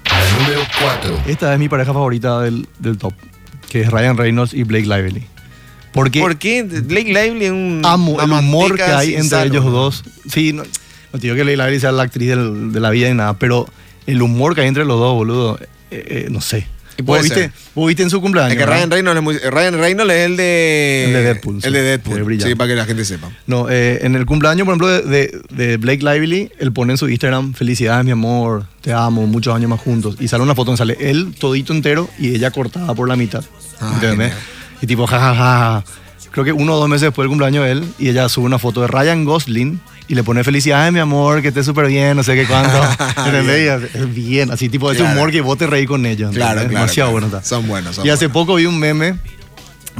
Speaker 4: La número 4.
Speaker 3: Esta es mi pareja favorita del, del top, que es Ryan Reynolds y Blake Lively. Porque
Speaker 1: ¿Por qué? Blake Lively es un.
Speaker 3: amo
Speaker 1: una
Speaker 3: el humor que
Speaker 1: manteca
Speaker 3: hay
Speaker 1: sin
Speaker 3: entre
Speaker 1: sal,
Speaker 3: ellos
Speaker 1: boludo.
Speaker 3: dos. Sí, no, no te digo que Leila Lively sea la actriz del- de la vida ni nada, pero el humor que hay entre los dos, boludo, eh, eh, no sé.
Speaker 1: Y puede
Speaker 3: vos, viste,
Speaker 1: ser.
Speaker 3: vos viste en su cumpleaños.
Speaker 1: Es que
Speaker 3: ¿verdad?
Speaker 1: Ryan Reynolds es muy- Ryan Reynolds es el de.
Speaker 3: El de Deadpool, sí.
Speaker 1: El de
Speaker 3: Que
Speaker 1: Deadpool.
Speaker 3: brilla.
Speaker 1: Sí, para que la gente sepa.
Speaker 3: No, eh, en el cumpleaños, por ejemplo, de, de- de Blake Lively, él pone en su Instagram, felicidades, mi amor, te amo, muchos años más juntos. Y sale una foto donde sale él todito entero y ella cortada por la mitad.
Speaker 1: Ah,
Speaker 3: ¿Entendés?
Speaker 1: genial.
Speaker 3: Y tipo, jajaja. Creo que uno o dos meses después del cumpleaños de él, y ella sube una foto de Ryan Gosling y le pone felicidades, mi amor, que estés súper bien, no sé qué cuánto. ¿Entendés? Y hace- es bien, así tipo, ese
Speaker 1: Claro.
Speaker 3: humor que vos te reís con ella. ¿entendés?
Speaker 1: Claro, claro,
Speaker 3: Demasiado
Speaker 1: claro.
Speaker 3: bueno está.
Speaker 1: Son buenos, son
Speaker 3: Y hace
Speaker 1: buenos.
Speaker 3: poco vi un meme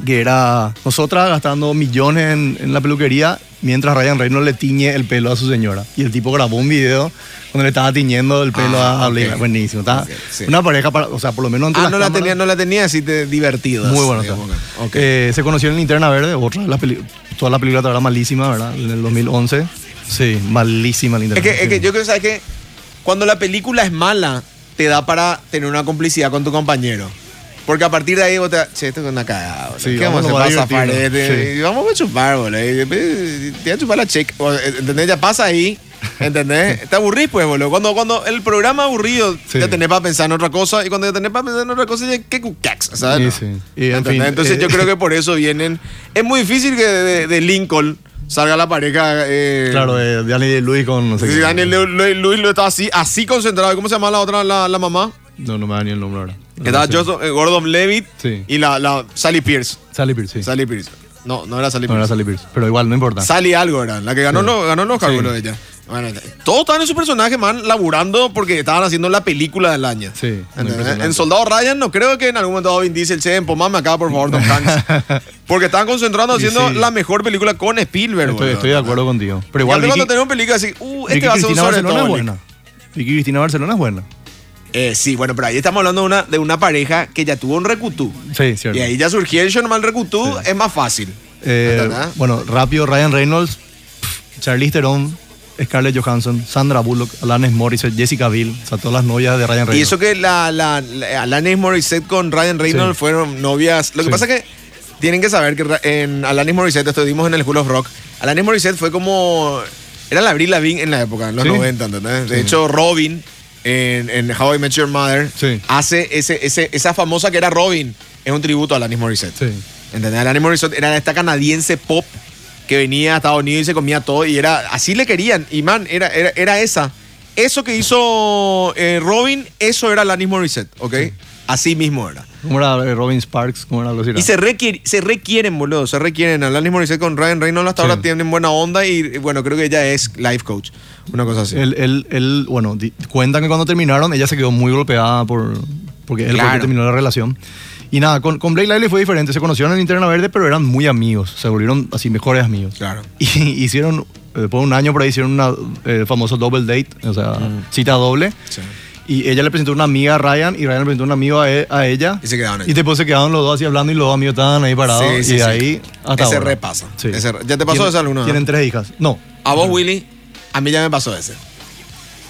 Speaker 3: que era nosotras gastando millones en, en la peluquería mientras Ryan Reynolds le tiñe el pelo a su señora. Y el tipo grabó un video donde le estaba tiñendo el pelo
Speaker 1: Ah,
Speaker 3: a, a Blake.
Speaker 1: ok.
Speaker 3: Buenísimo. Estaba
Speaker 1: Ok, sí.
Speaker 3: Una pareja, para, o sea, por lo menos ante
Speaker 1: Ah,
Speaker 3: las
Speaker 1: no la
Speaker 3: cámaras,
Speaker 1: tenía, no la tenía, así te divertidas.
Speaker 3: Muy bueno. o sea.
Speaker 1: digamos. Ok.
Speaker 3: Eh, se conoció en Linterna Verde, otra de las peli- toda la película estaba malísima, ¿verdad? En el 2011. Sí, malísima
Speaker 1: Es
Speaker 3: Linterna
Speaker 1: que, es que
Speaker 3: Sí.
Speaker 1: yo creo ¿sabes que cuando la película es mala, te da para tener una complicidad con tu compañero. Porque a partir de ahí vos te che, esto es una cagada, boludo.
Speaker 3: Sí,
Speaker 1: ¿Qué vamos a hacer?
Speaker 3: vamos
Speaker 1: Vamos
Speaker 3: a
Speaker 1: a zafar,
Speaker 3: divertirnos,
Speaker 1: eh,
Speaker 3: sí.
Speaker 1: y Vamos a chupar, boludo. Y después Te voy a chupar la check. O, eh, ¿Entendés? Ya pasa ahí. ¿Entendés? Te aburrís, pues, boludo. Cuando, cuando el programa aburrido,
Speaker 3: Sí.
Speaker 1: ya tenés para pensar en otra cosa. Y cuando ya tenés para pensar en otra cosa, ya qué cucax, ¿sabes?
Speaker 3: Sí,
Speaker 1: No.
Speaker 3: sí. Y, en
Speaker 1: ¿Entendés?
Speaker 3: fin,
Speaker 1: Entonces
Speaker 3: eh,
Speaker 1: yo creo que por eso vienen. Es muy difícil que de, de- de Lincoln salga la pareja. eh,
Speaker 3: Claro, eh, Dani y Luis con. No sé
Speaker 1: Sí,
Speaker 3: qué.
Speaker 1: Daniel Lu- Lu- Luis lo estaba así, así concentrado. ¿Cómo se llama la otra, la, la mamá?
Speaker 3: No, no me da ni el nombre ahora.
Speaker 1: Que estaba
Speaker 3: Sí.
Speaker 1: Joseph- eh, Gordon Levitt
Speaker 3: Sí.
Speaker 1: y la, la Sally Pierce.
Speaker 3: Sally Pierce, sí.
Speaker 1: Sally Pierce. No, no era Sally
Speaker 3: No era
Speaker 1: Pierce.
Speaker 3: Sally Pierce, pero igual, no importa.
Speaker 1: Sally algo era, la que ganó,
Speaker 3: Sí.
Speaker 1: lo- ganó los cálculos de ella. Bueno, todos estaban en su personaje, man, laburando porque estaban haciendo la película del año.
Speaker 3: Sí, muy
Speaker 1: ¿Entendés?
Speaker 3: impresionante.
Speaker 1: En Soldado Ryan no creo que en algún momento Vin Diesel, che, empomame acá, por favor, Tom Hanks. porque estaban concentrando
Speaker 3: Y
Speaker 1: haciendo
Speaker 3: sí.
Speaker 1: la mejor película con Spielberg,
Speaker 3: estoy,
Speaker 1: boludo.
Speaker 3: estoy de acuerdo contigo.
Speaker 1: Igual
Speaker 3: Pero igual, Vicky,
Speaker 1: cuando tenemos películas así, uh, este
Speaker 3: Vicky
Speaker 1: va a ser un
Speaker 3: Cristina
Speaker 1: sobre
Speaker 3: Barcelona es buena. Vicky Cristina Barcelona es buena.
Speaker 1: Eh, sí, bueno, pero ahí estamos hablando de una, de una pareja que ya tuvo un recutú.
Speaker 3: Sí, cierto.
Speaker 1: Y ahí ya surgió el show normal recutú, es más fácil.
Speaker 3: Eh,
Speaker 1: ¿Entendés?
Speaker 3: bueno, rápido, Ryan Reynolds, pff, Charlize Theron, Scarlett Johansson, Sandra Bullock, Alanis Morissette, Jessica Biel, o sea, todas las novias de Ryan Reynolds.
Speaker 1: Y eso que la, la, la- Alanis Morissette con Ryan Reynolds
Speaker 3: Sí.
Speaker 1: fueron novias. Lo que
Speaker 3: Sí.
Speaker 1: pasa es que tienen que saber que Ra- en Alanis Morissette, esto dimos en el School of Rock, Alanis Morissette fue como... Era la Abril Lavigne en la época, en los
Speaker 3: Sí.
Speaker 1: 90, ¿entendés? De
Speaker 3: Sí.
Speaker 1: hecho, Robin en, en How I Met Your Mother
Speaker 3: Sí.
Speaker 1: hace ese, ese- esa famosa que era Robin. Es un tributo a Alanis Morissette.
Speaker 3: Sí.
Speaker 1: ¿Entendés? Alanis Morissette era esta canadiense pop que venía a Estados Unidos y se comía todo y era así le querían. Y man, era, era, era esa. Eso que hizo eh, Robin, eso era Alanis Morissette, ¿ok? Así mismo era.
Speaker 3: ¿Cómo era eh, Robin Sparks? ¿Cómo era algo así,
Speaker 1: Y
Speaker 3: era?
Speaker 1: se, requier- se requieren, boludo, se requieren. Alanis Morissette con Ryan Reynolds hasta
Speaker 3: Sí.
Speaker 1: ahora tienen buena onda y eh, bueno, creo que ella es life coach, una cosa así.
Speaker 3: Él, él- él, bueno, di- cuentan que cuando terminaron, ella se quedó muy golpeada por, porque él fue el que
Speaker 1: Claro.
Speaker 3: terminó la relación. Y nada, con, con Blake Lively fue diferente. Se conocieron en Interna Verde, pero eran muy amigos. Se volvieron así mejores amigos.
Speaker 1: Claro.
Speaker 3: Y hicieron, eh, después de un año por ahí, hicieron una eh, famoso double date, o sea,
Speaker 1: Mm.
Speaker 3: cita doble.
Speaker 1: Sí.
Speaker 3: Y ella le presentó una amiga a Ryan y Ryan le presentó un amigo a, e- a ella.
Speaker 1: Y se quedaron ahí.
Speaker 3: Y después se quedaron los dos así hablando y los dos amigos estaban ahí parados.
Speaker 1: Sí, sí,
Speaker 3: y de
Speaker 1: sí.
Speaker 3: ahí hasta
Speaker 1: Ese
Speaker 3: ahora.
Speaker 1: repasa. Ese re- ¿Ya te pasó
Speaker 3: Tienen-
Speaker 1: esa alguna?
Speaker 3: Tienen tres hijas. No.
Speaker 1: A vos, Willy, a mí ya me pasó ese.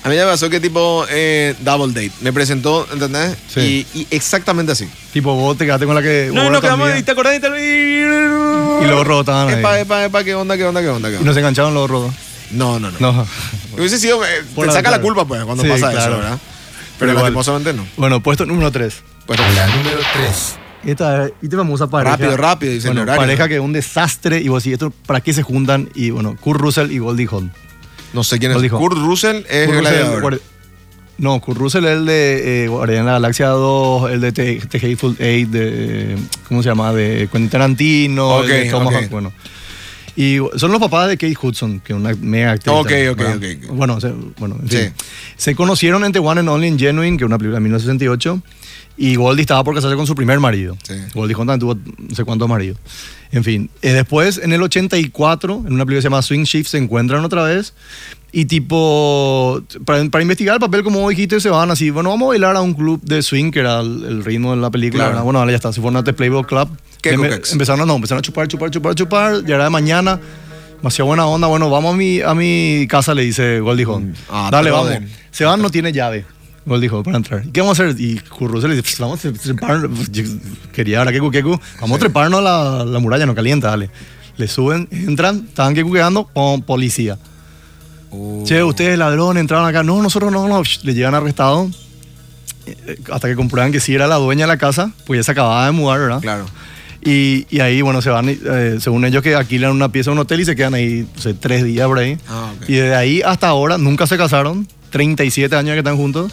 Speaker 1: A mí ya me pasó que tipo eh, double date. Me presentó, ¿entendés?
Speaker 3: Sí.
Speaker 1: Y, y exactamente así.
Speaker 3: Tipo, vos te quedaste con la que... vos
Speaker 1: No,
Speaker 3: la
Speaker 1: no,
Speaker 3: tu
Speaker 1: quedamos
Speaker 3: amiga.
Speaker 1: ahí, ¿te acordás? Y, tal- y
Speaker 3: Y luego rotaban ahí.
Speaker 1: Epa, epa, epa, ¿qué onda, qué onda, qué onda? Qué
Speaker 3: Y
Speaker 1: onda?
Speaker 3: nos engancharon los rodos.
Speaker 1: No, no, no.
Speaker 3: No.
Speaker 1: Hubiese sido, eh,
Speaker 3: Por
Speaker 1: te
Speaker 3: la
Speaker 1: saca la
Speaker 3: ventana.
Speaker 1: culpa pues cuando
Speaker 3: Sí,
Speaker 1: pasa eso,
Speaker 3: claro.
Speaker 1: ¿verdad? Pero,
Speaker 3: Pero igual.
Speaker 1: lastimosamente no. Pues,
Speaker 3: Bueno, puesto número 3.
Speaker 1: Bueno,
Speaker 4: La número 3.
Speaker 3: Esta es esta famosa pareja.
Speaker 1: Rápido, rápido, dice el
Speaker 3: Bueno,
Speaker 1: horario.
Speaker 3: pareja que es un desastre. Y vos decís, ¿esto para qué se juntan? Y bueno, Kurt Russell y Goldie Hawn.
Speaker 1: no sé quién
Speaker 3: Lo
Speaker 1: es.
Speaker 3: dijo.
Speaker 1: Kurt Russell es
Speaker 3: Kurt
Speaker 1: el
Speaker 3: Russell,
Speaker 1: gladiador.
Speaker 3: guardi- No, Kurt Russell es el de eh, Guardián de la Galaxia 2, el de The, The Hateful Eight, de, eh, ¿cómo se llama? De Quentin Tarantino,
Speaker 1: Ok,
Speaker 3: el de Tom
Speaker 1: ok.
Speaker 3: Hanks, bueno. Y son los papás de Kate Hudson, que es una mega actriz.
Speaker 1: Ok, ok,
Speaker 3: ¿verdad?
Speaker 1: ok.
Speaker 3: Bueno, o sea, bueno en fin.
Speaker 1: Sí.
Speaker 3: Se conocieron en The One and Only in Genuine, que es una película de 1968, y Goldie estaba por casarse con su primer marido.
Speaker 1: Sí.
Speaker 3: Goldie Hawn también tuvo no sé cuántos maridos. En fin, eh, después, en el 84, en una película que se llama Swing Shift, se encuentran otra vez. Y tipo, para, para investigar el papel, como vos dijiste, se van así, bueno, vamos a bailar a un club de swing, que era el, el ritmo de la película.
Speaker 1: Claro.
Speaker 3: ¿verdad? Bueno, ahora ya está, se fueron a The Playboy Club.
Speaker 1: Qué
Speaker 3: Empe-
Speaker 1: cucax.
Speaker 3: empezaron, no, empezaron a chupar, chupar, chupar, chupar, ya era de mañana. Demasiado buena onda, bueno, vamos a mi, a mi casa, le dice Goldie Hawn.
Speaker 1: Ah,
Speaker 3: Dale,
Speaker 1: pero
Speaker 3: vamos.
Speaker 1: de-
Speaker 3: Se van, no tiene llave. Gol dijo, para entrar. ¿Y ¿Qué vamos a hacer? Y Curruce le dice, "Pues, vamos a trepar. Pues, Yo Quería ahora que cuquecu. Vamos a treparnos a la, la muralla, no calienta, dale. Le suben, entran, estaban que cuqueando con policía. Che, ustedes ladrones entraron acá. No, nosotros no, no. Le llegan arrestado. eh, eh, Hasta que comprueban que sí era la dueña de la casa, pues ya se acababa de mudar, ¿verdad?
Speaker 1: Claro.
Speaker 3: Y, y ahí, bueno, se van, eh, según ellos, que alquilan una pieza en un hotel y se quedan ahí, no sé, tres días por ahí.
Speaker 1: Ah, ok.
Speaker 3: Y desde ahí hasta ahora nunca se casaron. 37 años que están juntos.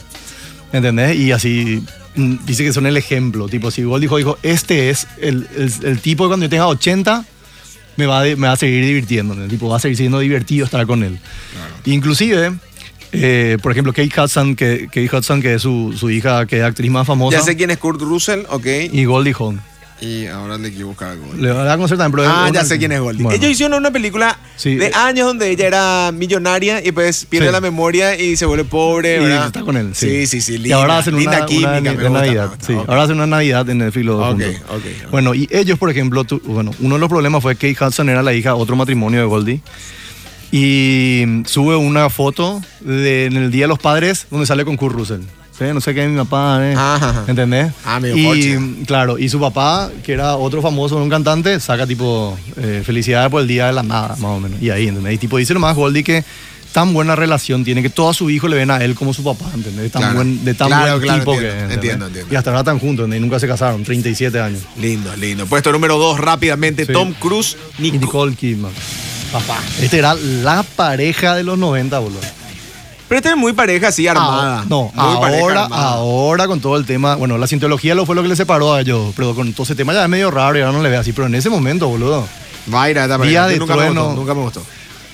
Speaker 3: ¿Entendés? Y así mm, dice que son el ejemplo. Tipo, si Gold dijo, dijo, este es el, el, el tipo que cuando yo tenga 80 me va, de- me va a seguir divirtiendo. ¿entendés? Tipo, va a seguir siendo divertido estar con él. Inclusive, eh, por ejemplo, Kate Hudson, que, Kate Hudson, que es su, su hija, que es actriz más famosa.
Speaker 1: Ya sé quién es Kurt Russell, ok.
Speaker 3: Y Goldie Hawn.
Speaker 1: Y ahora le quiero buscar algo.
Speaker 3: Le va a conocer también, pero
Speaker 1: Ah,
Speaker 3: una-
Speaker 1: ya sé quién es Goldie.
Speaker 3: Bueno.
Speaker 1: Ellos hicieron una película
Speaker 3: Sí,
Speaker 1: de
Speaker 3: eh.
Speaker 1: años donde ella era millonaria y pues pierde
Speaker 3: Sí.
Speaker 1: la memoria y se vuelve pobre,
Speaker 3: Y
Speaker 1: ¿verdad?
Speaker 3: está con él. Sí,
Speaker 1: sí, sí. sí,
Speaker 3: y
Speaker 1: linda,
Speaker 3: ahora hacen
Speaker 1: linda
Speaker 3: una,
Speaker 1: química,
Speaker 3: una
Speaker 1: me
Speaker 3: de
Speaker 1: gusta, me
Speaker 3: Navidad.
Speaker 1: gusta,
Speaker 3: sí,
Speaker 1: ok.
Speaker 3: ahora hacen una Navidad en Netflix los dos
Speaker 1: Ok,
Speaker 3: juntos.
Speaker 1: ok, ok.
Speaker 3: Bueno, y ellos, por ejemplo, tu- bueno, uno de los problemas fue que Kate Hudson era la hija de otro matrimonio de Goldie. Y mm, sube una foto de- en el Día de los Padres donde sale con Kurt Russell. Sí, No sé qué es mi papá, ¿eh?
Speaker 1: Ajá.
Speaker 3: ¿entendés?
Speaker 1: Ah, medio
Speaker 3: y,
Speaker 1: corche.
Speaker 3: mm, claro, y su papá, que era otro famoso, un cantante, saca tipo eh, felicidad por el día de la nada, más o menos. Y ahí, ¿entendés? Y tipo dice nomás Goldie que tan buena relación tiene que todos sus hijos le ven a él como su papá, ¿entendés? De tan
Speaker 1: Claro.
Speaker 3: buen, de tan
Speaker 1: Claro,
Speaker 3: buen
Speaker 1: claro,
Speaker 3: tipo
Speaker 1: entiendo,
Speaker 3: que es, ¿entendés?
Speaker 1: entiendo, entiendo.
Speaker 3: Y hasta ahora están juntos, ¿entendés? Y nunca se casaron, 37 años.
Speaker 1: Lindo, lindo. Puesto número dos rápidamente,
Speaker 3: Sí.
Speaker 1: Tom Cruise,
Speaker 3: Y
Speaker 1: Nicole.
Speaker 3: Nicole Kidman. Papá. Este era la pareja de los 90, boludo.
Speaker 1: Pero esta es muy pareja así armada.
Speaker 3: Ah, no,
Speaker 1: Muy pareja
Speaker 3: ahora,
Speaker 1: armada.
Speaker 3: ahora con todo el tema, bueno, la cientología lo fue lo que le separó a ellos, pero con todo ese tema ya es medio raro y ahora no le ve así, pero en ese momento, boludo,
Speaker 1: Vaira, esta
Speaker 3: Día
Speaker 1: pareja.
Speaker 3: de
Speaker 1: Nunca me
Speaker 3: trueno.
Speaker 1: gustó, nunca me gustó.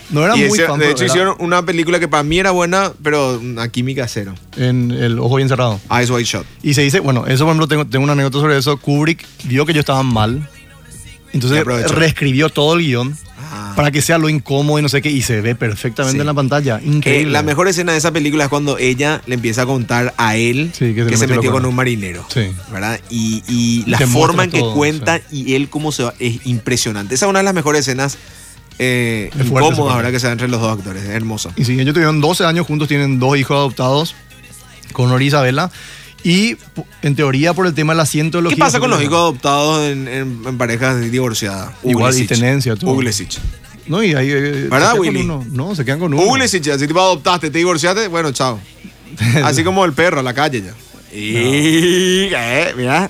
Speaker 3: no era
Speaker 1: Y
Speaker 3: muy
Speaker 1: ese-
Speaker 3: fan,
Speaker 1: de
Speaker 3: pero
Speaker 1: hecho,
Speaker 3: era
Speaker 1: hicieron una película que para mí era buena, pero una química cero.
Speaker 3: en el ojo bien cerrado.
Speaker 1: Eyes Wide Shot.
Speaker 3: Y se dice, bueno, eso por ejemplo, tengo, tengo una anécdota sobre eso, Kubrick vio que yo estaba mal,
Speaker 1: Y
Speaker 3: entonces
Speaker 1: aprovechó.
Speaker 3: reescribió todo el guión
Speaker 1: Ah.
Speaker 3: para que sea lo incómodo y no sé qué, y se ve perfectamente
Speaker 1: Sí.
Speaker 3: en la pantalla,
Speaker 1: Que
Speaker 3: increíble.
Speaker 1: la mejor escena de esa película es cuando ella le empieza a contar a él
Speaker 3: Sí,
Speaker 1: que,
Speaker 3: que se
Speaker 1: se
Speaker 3: metió
Speaker 1: metió
Speaker 3: loco.
Speaker 1: con un marinero.
Speaker 3: Sí.
Speaker 1: ¿Verdad? Y, y
Speaker 3: Y
Speaker 1: la
Speaker 3: te
Speaker 1: forma
Speaker 3: muestra
Speaker 1: en que
Speaker 3: todo,
Speaker 1: cuenta y él cómo se va es impresionante. Esa es una de las mejores escenas eh,
Speaker 3: Es fuerte esa
Speaker 1: incómodas,
Speaker 3: parte.
Speaker 1: ¿verdad? Que se dan entre los dos actores. Es hermosa.
Speaker 3: Y si ellos tuvieron 12 años juntos, tienen dos hijos adoptados, Connor y Isabela. Y po- en teoría, por el tema de la cientología.
Speaker 1: ¿Qué pasa con los hijos adoptados en, en- en parejas divorciadas?
Speaker 3: Igual, y
Speaker 1: Pulisic.
Speaker 3: tenencia, todo.
Speaker 1: Pulisic.
Speaker 3: No, y ahí. eh, se
Speaker 1: ¿Verdad,
Speaker 3: quedan con
Speaker 1: Willy?
Speaker 3: uno. No, se quedan con uno.
Speaker 1: Pulisic, así tipo adoptaste, te divorciaste, bueno, chao. Así como el perro a la calle ya. Y, eh, mira,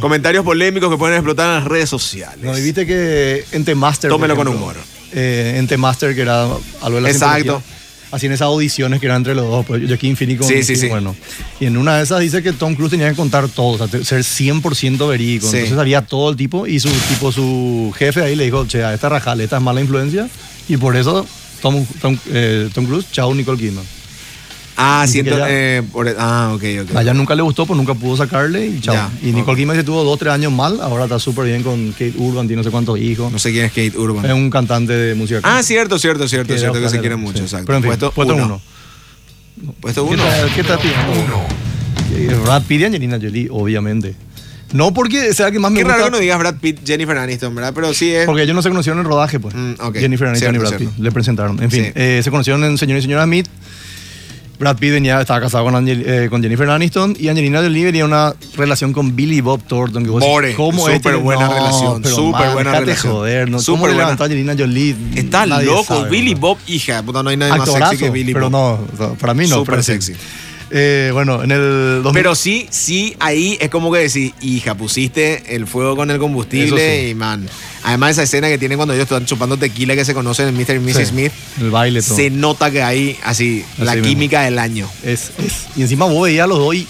Speaker 1: comentarios polémicos que pueden explotar en las redes sociales.
Speaker 3: No, y viste que en The Master.
Speaker 1: Tómelo
Speaker 3: por
Speaker 1: con humor.
Speaker 3: eh, en The Master, que era algo de la
Speaker 1: Exacto.
Speaker 3: cientología, Así en esas audiciones que eran entre los dos, pues Joaquín Phoenix con
Speaker 1: Sí, sí,
Speaker 3: y
Speaker 1: sí.
Speaker 3: bueno. Y en una de esas dice que Tom Cruise tenía que contar todo, o sea, te- ser 100% verídico.
Speaker 1: Sí.
Speaker 3: Entonces había todo el tipo y su tipo su jefe ahí le dijo, che, a esta rajale, esta es mala influencia. Y por eso Tom, Tom, eh, Tom Cruise, chao Nicole Kidman.
Speaker 1: Ah,
Speaker 3: Ni
Speaker 1: siento.
Speaker 3: siquiera-
Speaker 1: eh, por- ah, ok, ok.
Speaker 3: A ella nunca le gustó, pues nunca pudo sacarle y chao.
Speaker 1: Ya,
Speaker 3: y Nicole Kidman se tuvo dos, tres años mal, ahora está súper bien con Kate Urban, tiene no sé cuántos hijos.
Speaker 1: No sé quién es Kate Urban.
Speaker 3: Es un cantante de música.
Speaker 1: ah, cierto, cierto, cierto,
Speaker 3: de
Speaker 1: cierto,
Speaker 3: los
Speaker 1: que se quiere
Speaker 3: planetas,
Speaker 1: mucho,
Speaker 3: sí.
Speaker 1: exacto.
Speaker 3: Pero en fin, puesto, uno.
Speaker 1: Puesto
Speaker 3: ¿Qué
Speaker 1: uno.
Speaker 3: tal- ¿Qué tal tirando? Brad Pitt y Angelina Jolie, obviamente. No porque sea el que más me
Speaker 1: Qué
Speaker 3: gusta.
Speaker 1: raro que no digas Brad Pitt, Jennifer Aniston, ¿verdad? Pero sí es.
Speaker 3: Porque ellos no se conocieron en el rodaje, pues.
Speaker 1: Mm, ok.
Speaker 3: Jennifer Aniston
Speaker 1: Cierto,
Speaker 3: y Brad
Speaker 1: cierto.
Speaker 3: Pitt le presentaron. En fin,
Speaker 1: Sí.
Speaker 3: eh, se conocieron en Señor y Señora Smith. Brad Pitt venía, estaba casado con, Angel- eh, con Jennifer Aniston y Angelina Jolie venía una relación con Billy Bob Thornton. que vos decís,
Speaker 1: More,
Speaker 3: ¿cómo
Speaker 1: súper
Speaker 3: este?
Speaker 1: buena
Speaker 3: No,
Speaker 1: relación,
Speaker 3: pero,
Speaker 1: súper
Speaker 3: man,
Speaker 1: buena
Speaker 3: déjate
Speaker 1: relación.
Speaker 3: joder, ¿no?
Speaker 1: Súper
Speaker 3: ¿Cómo le
Speaker 1: buena.
Speaker 3: levantó a Angelina Jolie?
Speaker 1: Está
Speaker 3: Nadie
Speaker 1: loco,
Speaker 3: sabe,
Speaker 1: Billy
Speaker 3: boludo.
Speaker 1: Bob, hija. Puta, no hay nadie más
Speaker 3: Actorazo,
Speaker 1: sexy que Billy
Speaker 3: pero
Speaker 1: Bob.
Speaker 3: no, no, para mí no.
Speaker 1: Súper
Speaker 3: pero sí.
Speaker 1: sexy.
Speaker 3: Eh, bueno, en el 2000,
Speaker 1: Pero sí, sí, ahí es como que decir, hija, pusiste el fuego con el combustible
Speaker 3: Eso sí.
Speaker 1: y man. Además, esa escena que tienen cuando ellos están chupando tequila que se conocen en Mr. y Mrs.
Speaker 3: sí,
Speaker 1: Smith,
Speaker 3: el baile todo.
Speaker 1: se nota que ahí, así, la
Speaker 3: Así mismo.
Speaker 1: química del año.
Speaker 3: Es, es- Y encima vos veías a los dos y.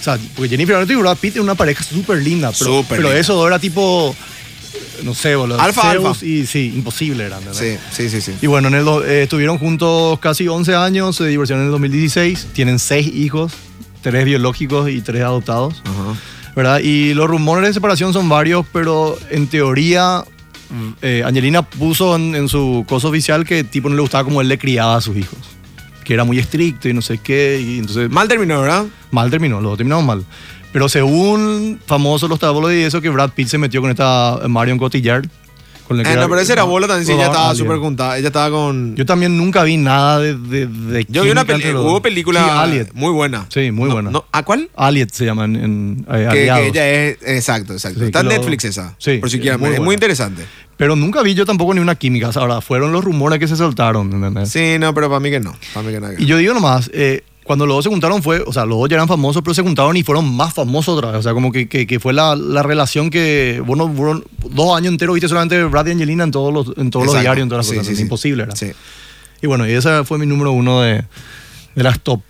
Speaker 3: O sea, porque Jennifer Aniston y Brad Pitt eran una pareja súper linda. Pero,
Speaker 1: Súper
Speaker 3: pero
Speaker 1: linda.
Speaker 3: eso dos era tipo. No sé, boludo.
Speaker 1: Alfa,
Speaker 3: Zeus
Speaker 1: alfa.
Speaker 3: Y sí, imposible eran, ¿verdad?
Speaker 1: Sí, sí, sí, sí.
Speaker 3: Y bueno, en el do- eh, estuvieron juntos casi 11 años, se divorciaron en el 2016, tienen seis hijos, tres biológicos y tres adoptados.
Speaker 1: Ajá.
Speaker 3: ¿verdad? Y los rumores de separación son varios, pero en teoría
Speaker 1: Mm.
Speaker 3: eh, Angelina puso en, en su cosa oficial que tipo no le gustaba como él le criaba a sus hijos, que era muy estricto y no sé qué, y entonces
Speaker 1: Mal
Speaker 3: mal,
Speaker 1: terminó, ¿verdad?
Speaker 3: mal terminó, lo terminamos mal. Pero según famosos los tabloides y eso que Brad Pitt se metió con esta eh, Marion Cotillard, con la
Speaker 1: Eh, no, pero esa era bola también, sí, ella estaba súper juntada. Ella estaba con.
Speaker 3: Yo también nunca vi nada de de, de
Speaker 1: Yo vi una
Speaker 3: química
Speaker 1: peli-
Speaker 3: entre los
Speaker 1: hubo
Speaker 3: dos.
Speaker 1: película
Speaker 3: sí, Alliot.
Speaker 1: muy buena.
Speaker 3: Sí, muy
Speaker 1: No,
Speaker 3: buena.
Speaker 1: no, ¿A cuál?
Speaker 3: Alliot se llama en, en- eh,
Speaker 1: Que, que
Speaker 3: Aliados.
Speaker 1: ella es. Exacto, exacto.
Speaker 3: Sí,
Speaker 1: Está en
Speaker 3: que lo-
Speaker 1: Netflix esa.
Speaker 3: Sí,
Speaker 1: Por si
Speaker 3: es
Speaker 1: quieren
Speaker 3: muy
Speaker 1: ver. Es muy
Speaker 3: buena.
Speaker 1: interesante.
Speaker 3: Pero nunca vi yo tampoco ni una química. Ahora, fueron los rumores que se soltaron. ¿entendés?
Speaker 1: Sí, no, pero para mí que no. Para mí que nada. que
Speaker 3: Y yo digo nomás, eh, cuando los dos se juntaron fue, o sea, los dos ya eran famosos, pero se juntaron y fueron más famosos otra vez. O sea, como que, que- que fue la, la relación que, bueno, fueron dos años enteros, viste solamente Brad y Angelina en todos los, en todos los
Speaker 1: Exacto.
Speaker 3: diarios, en todas las
Speaker 1: Sí,
Speaker 3: cosas.
Speaker 1: sí, sí.
Speaker 3: Imposible era.
Speaker 1: Sí.
Speaker 3: Y bueno, y esa fue mi número uno de, de las top.